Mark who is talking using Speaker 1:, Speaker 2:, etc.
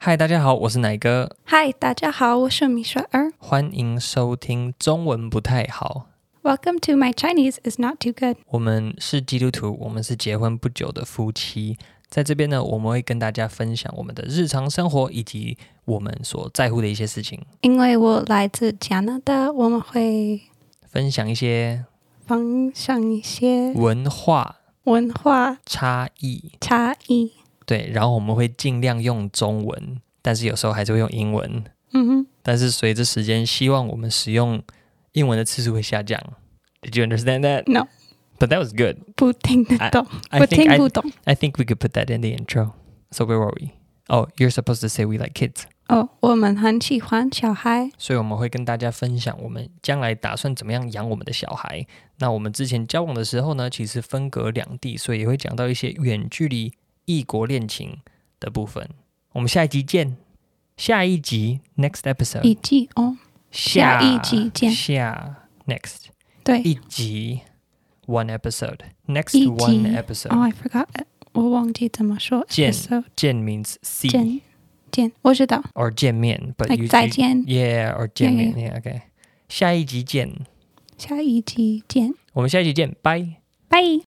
Speaker 1: 嗨，大家好，我是奶哥，
Speaker 2: 嗨，大家好，我是米雪儿。
Speaker 1: 欢迎收听《中文不太好》。
Speaker 2: Welcome to my Chinese is not too good。
Speaker 1: 我们是基督徒，我们是结婚不久的夫妻，在这边呢，我们会跟大家分享我们的日常生活以及我们所在乎的一些事情，
Speaker 2: 因为我来自加拿大，我们会
Speaker 1: 分享一些
Speaker 2: 分享一些
Speaker 1: 文化
Speaker 2: 文化
Speaker 1: 差异。
Speaker 2: 差异。
Speaker 1: 对，然后我们会尽量用中文，但是有时候还是会用英文。
Speaker 2: 嗯哼
Speaker 1: 但是随着时间，希望我们使用英文的次数会下降。Did you understand that?
Speaker 2: ，no，
Speaker 1: But that was good.
Speaker 2: 不听得懂，
Speaker 1: I
Speaker 2: 我听
Speaker 1: think I,
Speaker 2: 不懂。
Speaker 1: I think we could put that in the intro. So where were we? Oh, you're supposed to say we like kids.
Speaker 2: 哦，我们很喜欢小孩。
Speaker 1: 所以我们会跟大家分享我们将来打算怎么样养我们的小孩。那我们之前交往的时候呢，其实分隔两地，所以也会讲到一些远距离异国恋情的部分。我们下一集见，下一集 next episode，
Speaker 2: 一季哦，下一集见
Speaker 1: 下 next
Speaker 2: 对，
Speaker 1: 一集 one episode
Speaker 2: 一
Speaker 1: next
Speaker 2: 集
Speaker 1: one
Speaker 2: 哦
Speaker 1: episode
Speaker 2: ，I forgot，it，我忘记怎么说。
Speaker 1: 见
Speaker 2: episode，
Speaker 1: 见 means see
Speaker 2: 见见，我知道。
Speaker 1: or 见面，but
Speaker 2: like
Speaker 1: you
Speaker 2: 再见，
Speaker 1: yeah or 见面
Speaker 2: yeah.
Speaker 1: yeah OK 下一集见，
Speaker 2: 下一集见，
Speaker 1: 我们下一集见，拜。
Speaker 2: 拜。